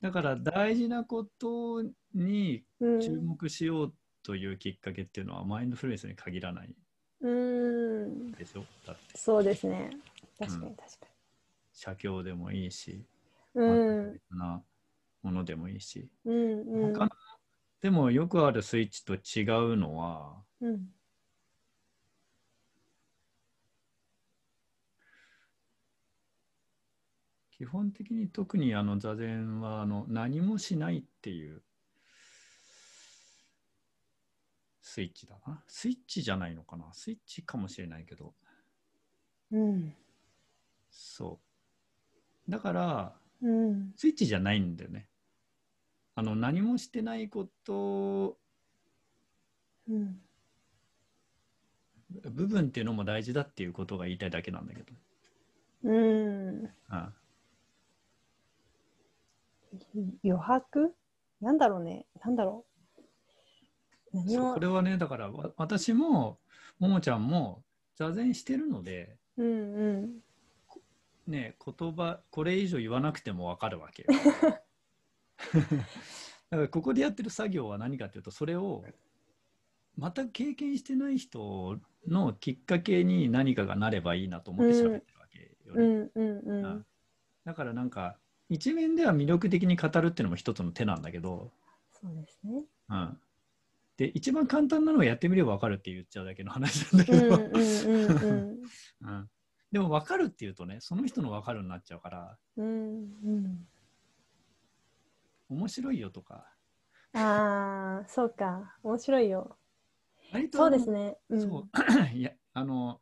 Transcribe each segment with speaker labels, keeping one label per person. Speaker 1: だから大事なことに
Speaker 2: うん
Speaker 1: 注目しようというきっかけっていうのはマインドフルネスに限らない
Speaker 2: うん
Speaker 1: でしょだって
Speaker 2: そうですね確か
Speaker 1: う
Speaker 2: に
Speaker 1: ん
Speaker 2: 確か
Speaker 1: 写経でもいいし、
Speaker 2: に、うん
Speaker 1: なものでもいいし、
Speaker 2: うんうん
Speaker 1: 他のでもよくあるスイッチと違うのは
Speaker 2: うん
Speaker 1: 基本的に特にあの座禅はあの何もしないっていうスイッチだなスイッチじゃないのかなスイッチかもしれないけど
Speaker 2: うん
Speaker 1: そうだから
Speaker 2: うん
Speaker 1: スイッチじゃないんだよねあの何もしてないこと
Speaker 2: うん
Speaker 1: 部分っていうのも大事だっていうことが言いたいだけなんだけど、
Speaker 2: うん
Speaker 1: うん、
Speaker 2: 余白なんだろうねなんだろう何
Speaker 1: そう
Speaker 2: を
Speaker 1: これはねだからわ私もももちゃんも座禅してるので
Speaker 2: うんうん
Speaker 1: ね言葉これ以上言わなくても分かるわ けよだからここでやってる作業は何かっていうとそれをまた経験してない人のきっかけに何かがなればいいなと思って喋ってるわけよね、
Speaker 2: うんうんうん
Speaker 1: だからなんか一面では魅力的に語るっていうのも一つの手なんだけど、
Speaker 2: そうですね
Speaker 1: うん、で一番簡単なのはやってみれば分かるって言っちゃうだけの話なんだ
Speaker 2: う
Speaker 1: け
Speaker 2: ん
Speaker 1: ど、
Speaker 2: うんうん
Speaker 1: うんでも分かるっていうとねその人の分かるになっちゃうから
Speaker 2: うんうん
Speaker 1: 面白いよとか
Speaker 2: うんああそうか面白いよ
Speaker 1: 割と
Speaker 2: そうですねうん
Speaker 1: そう いやあの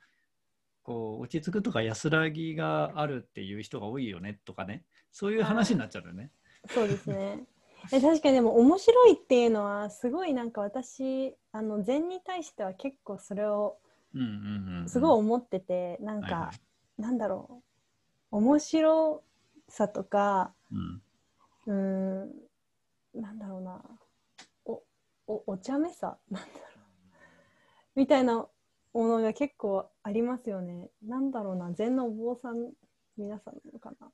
Speaker 1: こう落ち着くとか安らぎがあるっていう人が多いよねとかねそういう話になっちゃうよね。
Speaker 2: そうですね。え確かにでも面白いっていうのはすごいなんか私あの禅に対しては結構それを
Speaker 1: うんうんうんうん
Speaker 2: すごい思ってて、なん
Speaker 1: はいは
Speaker 2: か、なんだろう面白さとか
Speaker 1: うん
Speaker 2: うーんなんだろうなおおお茶目さなんだろうみたいなものが結構ありますよね。なんだろうな禅のお坊さん皆さんなのかな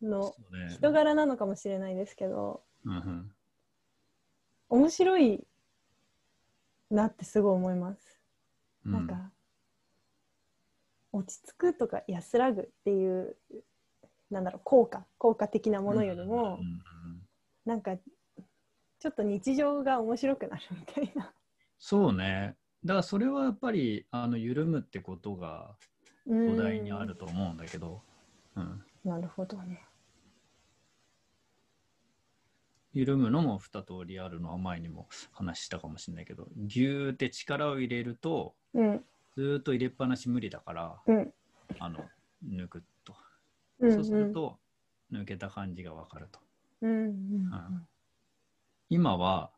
Speaker 2: の
Speaker 1: そうね
Speaker 2: 人柄なのかもしれないですけど。
Speaker 1: うんうん
Speaker 2: 面白いなってすごい思います。
Speaker 1: うん
Speaker 2: なんか落ち着くとか安らぐっていうなんだろう効果効果的なものよりも、
Speaker 1: うんうんうん
Speaker 2: なんかちょっと日常が面白くなるみたいな。
Speaker 1: そうねだからそれはやっぱりあの緩むってことが土台にあると思うんだけど、うん、
Speaker 2: うん。なるほどね。
Speaker 1: 緩むのも二通りあるのは前にも話したかもしれないけどぎゅーって力を入れると
Speaker 2: うん
Speaker 1: ずーっと入れっぱなし無理だから
Speaker 2: うん
Speaker 1: あの抜くと
Speaker 2: うん
Speaker 1: そうすると抜けた感じがわかると
Speaker 2: うんうん
Speaker 1: 今は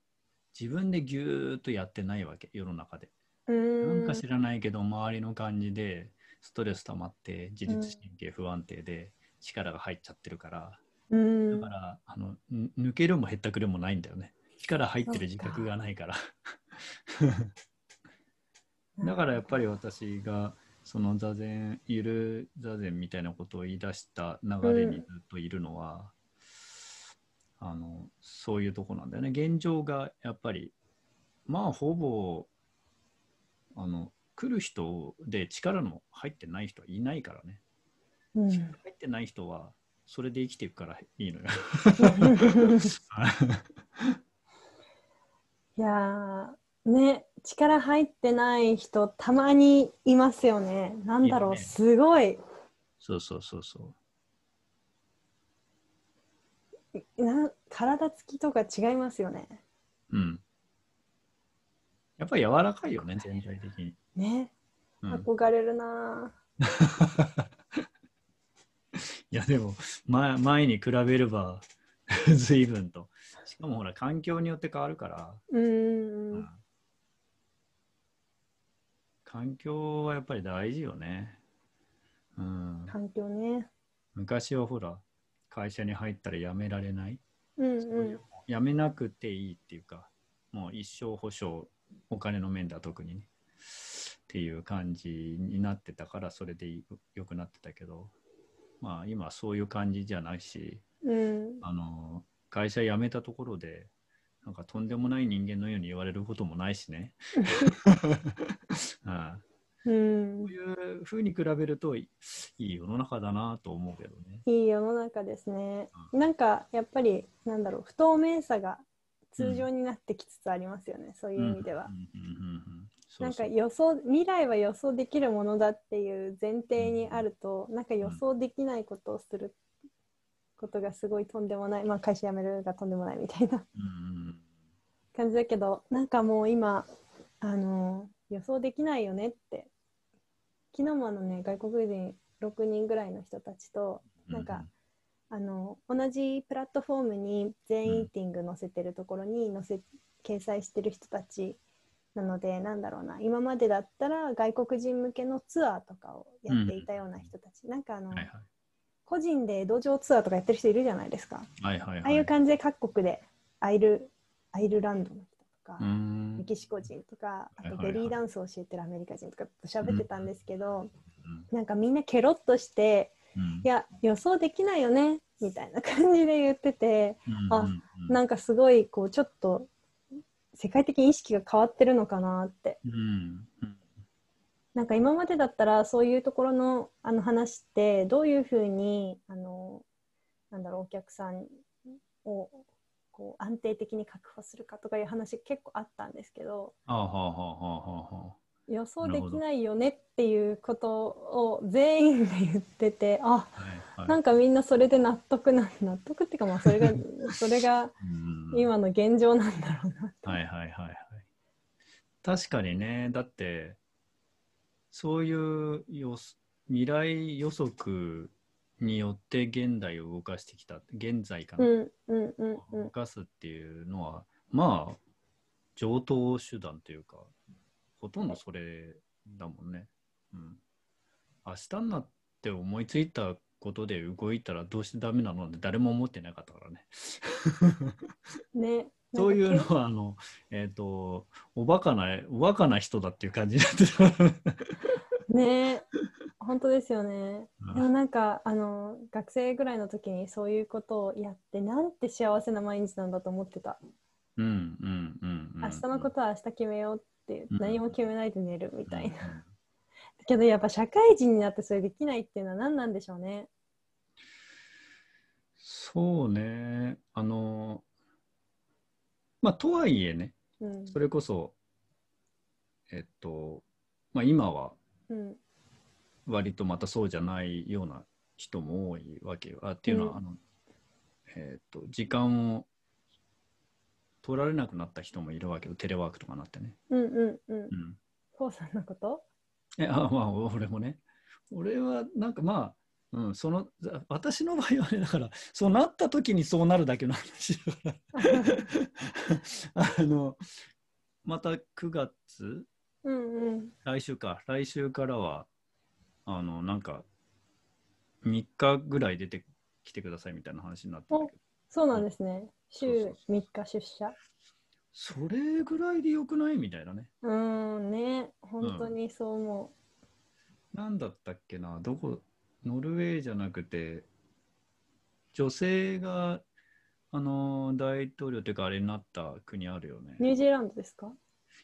Speaker 1: 自分でぎゅーっとやってないわけ世の中で
Speaker 2: うんうん。
Speaker 1: なんか知らないけど周りの感じでストレス溜まって自律神経不安定で力が入っちゃってるから
Speaker 2: うん
Speaker 1: だからあのぬ抜けるもへったくれもないんだよね力入ってる自覚がないからだからやっぱり私がその座禅ゆる座禅みたいなことを言い出した流れにずっといるのは、あのそういうとこなんだよね現状がやっぱりまあほぼあの来る人で力の入ってない人はいないからね、
Speaker 2: う ん
Speaker 1: 力入ってない人はそれで生きていくからい いのよ。
Speaker 2: いやーね力入ってない人たまにいますよねなんだろ
Speaker 1: い
Speaker 2: う
Speaker 1: るね
Speaker 2: すごい
Speaker 1: そうそうそうそう。
Speaker 2: な体つきとか違いますよね
Speaker 1: うん。やっぱり柔らかいよね、全体的に。
Speaker 2: ね
Speaker 1: うん、い
Speaker 2: 憧れるな
Speaker 1: や、でも、前前に比べれば、 随分と。しかもほら、環境によって変わるから、
Speaker 2: ーう
Speaker 1: う
Speaker 2: ー
Speaker 1: ん
Speaker 2: ん
Speaker 1: 環境はやっぱり大事よね。うん、
Speaker 2: 環境ね
Speaker 1: 昔はほら、会社に入ったら辞められない。
Speaker 2: うん
Speaker 1: そういう
Speaker 2: う
Speaker 1: 辞めなくていいっていうか、もう一生保証、お金の面では特にね、っていう感じになってたから、それでい良くなってたけど、まあ今はそういう感じじゃないし、
Speaker 2: んうん
Speaker 1: あの、会社辞めたところでなんかとんでもない人間のように言われることもないしね。ああ
Speaker 2: う
Speaker 1: こ
Speaker 2: ん
Speaker 1: ういうふうに比べるといいい世の中だなと思うけどね。
Speaker 2: いい世の中ですね。なんかやっぱりなんだろう不透明さが通常になってきつつありますよね、そういう意味では
Speaker 1: う。んうんうんうんそ
Speaker 2: なん
Speaker 1: う
Speaker 2: か
Speaker 1: そう
Speaker 2: 予想未来は予想できるものだっていう前提にあると、なんか予想できないことをすることがすごいとんでもない、まあ、会社辞めるがとんでもないみたいな
Speaker 1: うんうん
Speaker 2: 感じだけど なんかもう今、あの予想できないよねって昨日もあのね外国人6人ぐらいの人たちと
Speaker 1: うん
Speaker 2: なんかあの同じプラットフォームに全イーティング載せてるところに載せ掲載してる人たちなのでなんだろうな今までだったら外国人向けのツアーとかをやっていたような人たち、なんかあの、
Speaker 1: はいはい
Speaker 2: 個人で土壌ツアーとかやってる人いるじゃないですか、
Speaker 1: はいはいはい。
Speaker 2: ああいう感じで各国でアイルアイルランドの人とか、
Speaker 1: うーん
Speaker 2: メキシコ人とかあ
Speaker 1: はい
Speaker 2: と
Speaker 1: はいは
Speaker 2: ベ
Speaker 1: い
Speaker 2: リーダンスを教えてるアメリカ人とかと喋ってたんですけど、
Speaker 1: うん
Speaker 2: なんかみんなケロッとして
Speaker 1: うん
Speaker 2: いや予想できないよねみたいな感じで言ってて
Speaker 1: うん
Speaker 2: あ
Speaker 1: うんうん
Speaker 2: なんかすごいこうちょっと世界的に意識が変わってるのかなって
Speaker 1: うんうん
Speaker 2: なんか今までだったらそういうところのあの話ってどういうふうにあのなんだろうお客さんをこう安定的に確保するかとかいう話結構あったんですけど
Speaker 1: あはあはあはあはあはあ。
Speaker 2: 予想できないよねっていうことを全員が言っててあ
Speaker 1: はいはい
Speaker 2: なんかみんなそれで納得なん納得っていうかまあそれがそれが
Speaker 1: うん
Speaker 2: 今の現状なんだろうな
Speaker 1: はいはいはいはい。確かにね、だって、そういう予す未来予測によって現代を動かしてきた、現在か
Speaker 2: う
Speaker 1: な、
Speaker 2: んうんうんう
Speaker 1: 動
Speaker 2: ん
Speaker 1: かすっていうのは、まあ、上等手段というか、ほとんどそれだもんね。うん。明日になって思いついたことで動いたらどうしてダメなのって誰も思ってなかったからね。
Speaker 2: ね
Speaker 1: そういう
Speaker 2: なん
Speaker 1: の
Speaker 2: か
Speaker 1: は、あの、 えっ、と、おバカな、おバカな人だっていう感じになってた。
Speaker 2: けね本当ですよね
Speaker 1: うん
Speaker 2: でもなんかあの学生ぐらいの時にそういうことをやってなんて幸せな毎日なんだと思ってた
Speaker 1: うんうんうん、うん。
Speaker 2: 明日のことは明日決めようっていう
Speaker 1: うん
Speaker 2: 何も決めないで寝るみたいなだ
Speaker 1: な。
Speaker 2: けどやっぱ社会人になってそれできないっていうのは何なんでしょうね
Speaker 1: そうね。あの、まあ、とはいえね、
Speaker 2: うん
Speaker 1: それこそ、えっと、まあ、今は
Speaker 2: うん
Speaker 1: 割とまたそうじゃないような人も多いわけよ。あっていうのは、
Speaker 2: うん
Speaker 1: あの、えっと、時間を取られなくなった人もいるわけよ。テレワークとかになってね。
Speaker 2: うんうんうん
Speaker 1: うん。
Speaker 2: こうさんのこと
Speaker 1: えあまあお俺もね俺はなんかまあ、うん、そのざ私の場合はねだからそうなった時にそうなるだけの話だ からあのまた9月
Speaker 2: うんうん
Speaker 1: 来週か来週からはあのなんか3日ぐらい出てきてくださいみたいな話になってたけど
Speaker 2: そうなんですね。週
Speaker 1: そうそう
Speaker 2: 3日出社。
Speaker 1: それぐらいでよくないみたいなね
Speaker 2: うーんね、本当にそう思
Speaker 1: なんだったっけな、どこ、ノルウェーじゃなくて、女性が、あのー、大統領というか、あれになった国あるよ
Speaker 2: う。ニュ
Speaker 1: ね。
Speaker 2: ージーランドですか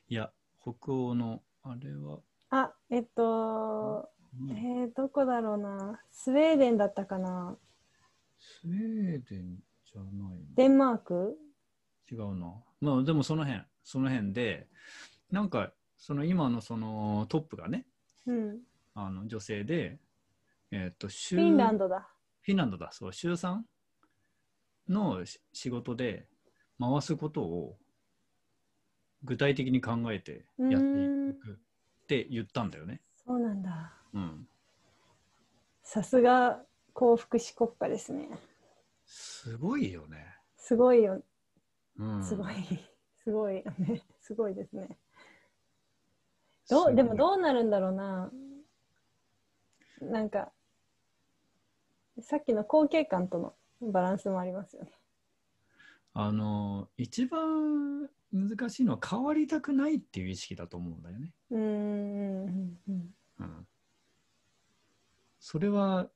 Speaker 1: いや、北欧の、あれは、
Speaker 2: あ、えっと、
Speaker 1: うん
Speaker 2: えー、どこだろうな。スウェーデンだったかな。
Speaker 1: スウェーデンじゃないの
Speaker 2: デンマーク
Speaker 1: 違うな。まあ、でもその辺、その辺で、なんか、その今のそのトップがね、
Speaker 2: うん。
Speaker 1: あの女性で、えっと、フ
Speaker 2: フィンランドだ。
Speaker 1: フィンランドだ、そう、週3のし仕事で回すことを具体的に考えてやっていくって言ったんだよね。
Speaker 2: そうなんだ。
Speaker 1: うん、
Speaker 2: さすが幸福士国家ですね。
Speaker 1: すごいよね。
Speaker 2: すごいよ。
Speaker 1: うん、
Speaker 2: すごい。 すごいよ ね。すごいですね。どうでも
Speaker 1: う
Speaker 2: どうなるんだろうななんかさっきの後継感とのバランスもありますよね
Speaker 1: あの一番難しいのは変わりたくないっていう意識だと思うんだよね。
Speaker 2: うーんうん
Speaker 1: うん、それは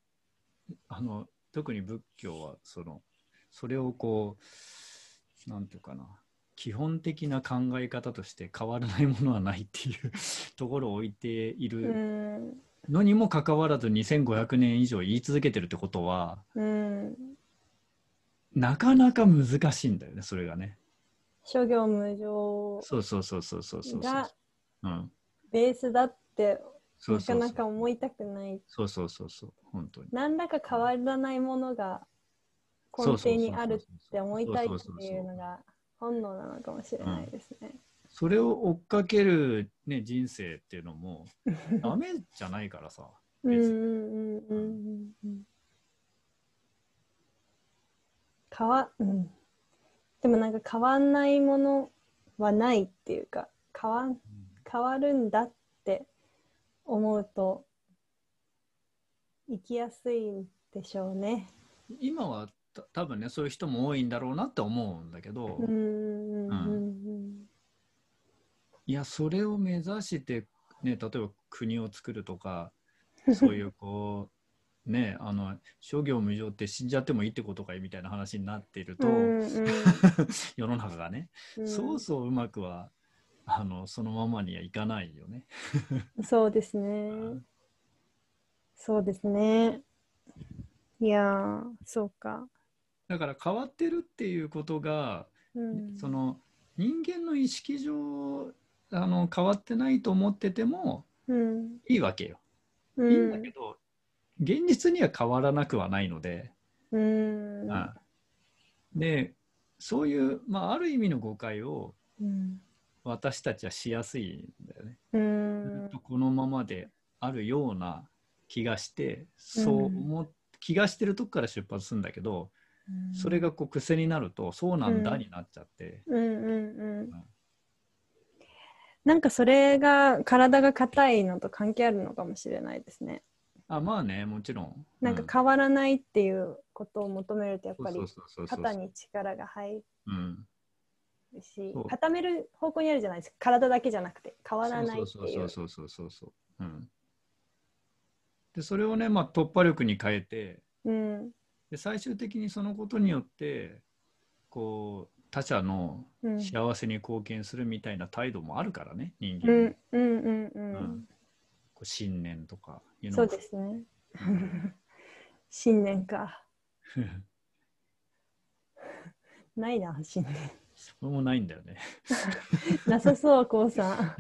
Speaker 1: あの特に仏教はそのそれをこうなんていうかな基本的な考え方として変わらないものはないっていう ところを置いていうる
Speaker 2: ん
Speaker 1: のにもかかわらず2500年以上言い続けてるってことは
Speaker 2: うん
Speaker 1: なかなか難しいんだよねそれがね。
Speaker 2: 諸行無常
Speaker 1: そうそうそうそうそうそうそう
Speaker 2: が。
Speaker 1: うん。
Speaker 2: ベースだって
Speaker 1: そ
Speaker 2: な
Speaker 1: うそう
Speaker 2: かな
Speaker 1: そ
Speaker 2: か
Speaker 1: う。
Speaker 2: 思いたくない
Speaker 1: そうそうそうそう。本当に。
Speaker 2: 何らか変わらないものが根底にあるって思いたい
Speaker 1: そう
Speaker 2: っ
Speaker 1: そうそう
Speaker 2: て
Speaker 1: そう
Speaker 2: いうのが本能なのかもしれないですね。
Speaker 1: それを追っかける、ね、人生っていうの もダメじゃないからさ
Speaker 2: うん
Speaker 1: 別に
Speaker 2: うんうんうんうん変わうんでもなんか変わんないものはないっていうか変わん変わるんだって思うと生きやすいんでしょうね。
Speaker 1: 今はた多分ねそういう人も多いんだろうなって思うんだけど、
Speaker 2: うんうんうん
Speaker 1: いやそれを目指して、ね、例えば国を作ると かそういうこうねあの諸行無常って死んじゃってもいいってことかいみたいな話になっている
Speaker 2: う
Speaker 1: と、
Speaker 2: んうん
Speaker 1: 世の中がね、
Speaker 2: うん
Speaker 1: そう そううまくはあのそのままにはいかないよね。
Speaker 2: そうですね。そうですね。いやー、そうか。
Speaker 1: だから変わってるっていうことが
Speaker 2: うん、
Speaker 1: その人間の意識上あの変わってないと思ってても
Speaker 2: うん、
Speaker 1: いいわけよ。
Speaker 2: う
Speaker 1: いいんだ
Speaker 2: ん
Speaker 1: け、ど、現実には変わらなくはないので、
Speaker 2: うん、
Speaker 1: うんでそういう、まあ、ある意味の誤解を
Speaker 2: うん、
Speaker 1: 私たちはしやすいんだよね。
Speaker 2: うん
Speaker 1: ずっとこのままであるような気がしてそう思っ気がしてるとこから出発するんだけどそれ、がこう癖になるとそうなんだ
Speaker 2: うん
Speaker 1: になっちゃって、
Speaker 2: うんうんうん、なんかそれが体が硬いのと関係あるのかもしれないですね。
Speaker 1: あまあねもちろん。
Speaker 2: なんか変わらないっていうことを求めるとやっ
Speaker 1: うん
Speaker 2: ぱり
Speaker 1: そうそうそうそうそう
Speaker 2: 肩に力が入
Speaker 1: うん
Speaker 2: るし
Speaker 1: そう
Speaker 2: 固める方向にあるじゃないですか体だけじゃなくて変わらないって
Speaker 1: そう
Speaker 2: い
Speaker 1: そうう。そうそうそうそうそう、うん、でそれをね、まあ、突破力に変えて
Speaker 2: うん
Speaker 1: で最終的にそのことによってこう他者の
Speaker 2: うん
Speaker 1: 幸せに貢献するみたいな態度もあるからね人間
Speaker 2: う
Speaker 1: に、
Speaker 2: んうんうん
Speaker 1: う
Speaker 2: うん
Speaker 1: んこう信念とかいうの
Speaker 2: そう
Speaker 1: も
Speaker 2: ですね 新年かないな新年
Speaker 1: それもないんだよね
Speaker 2: なさそうこうさん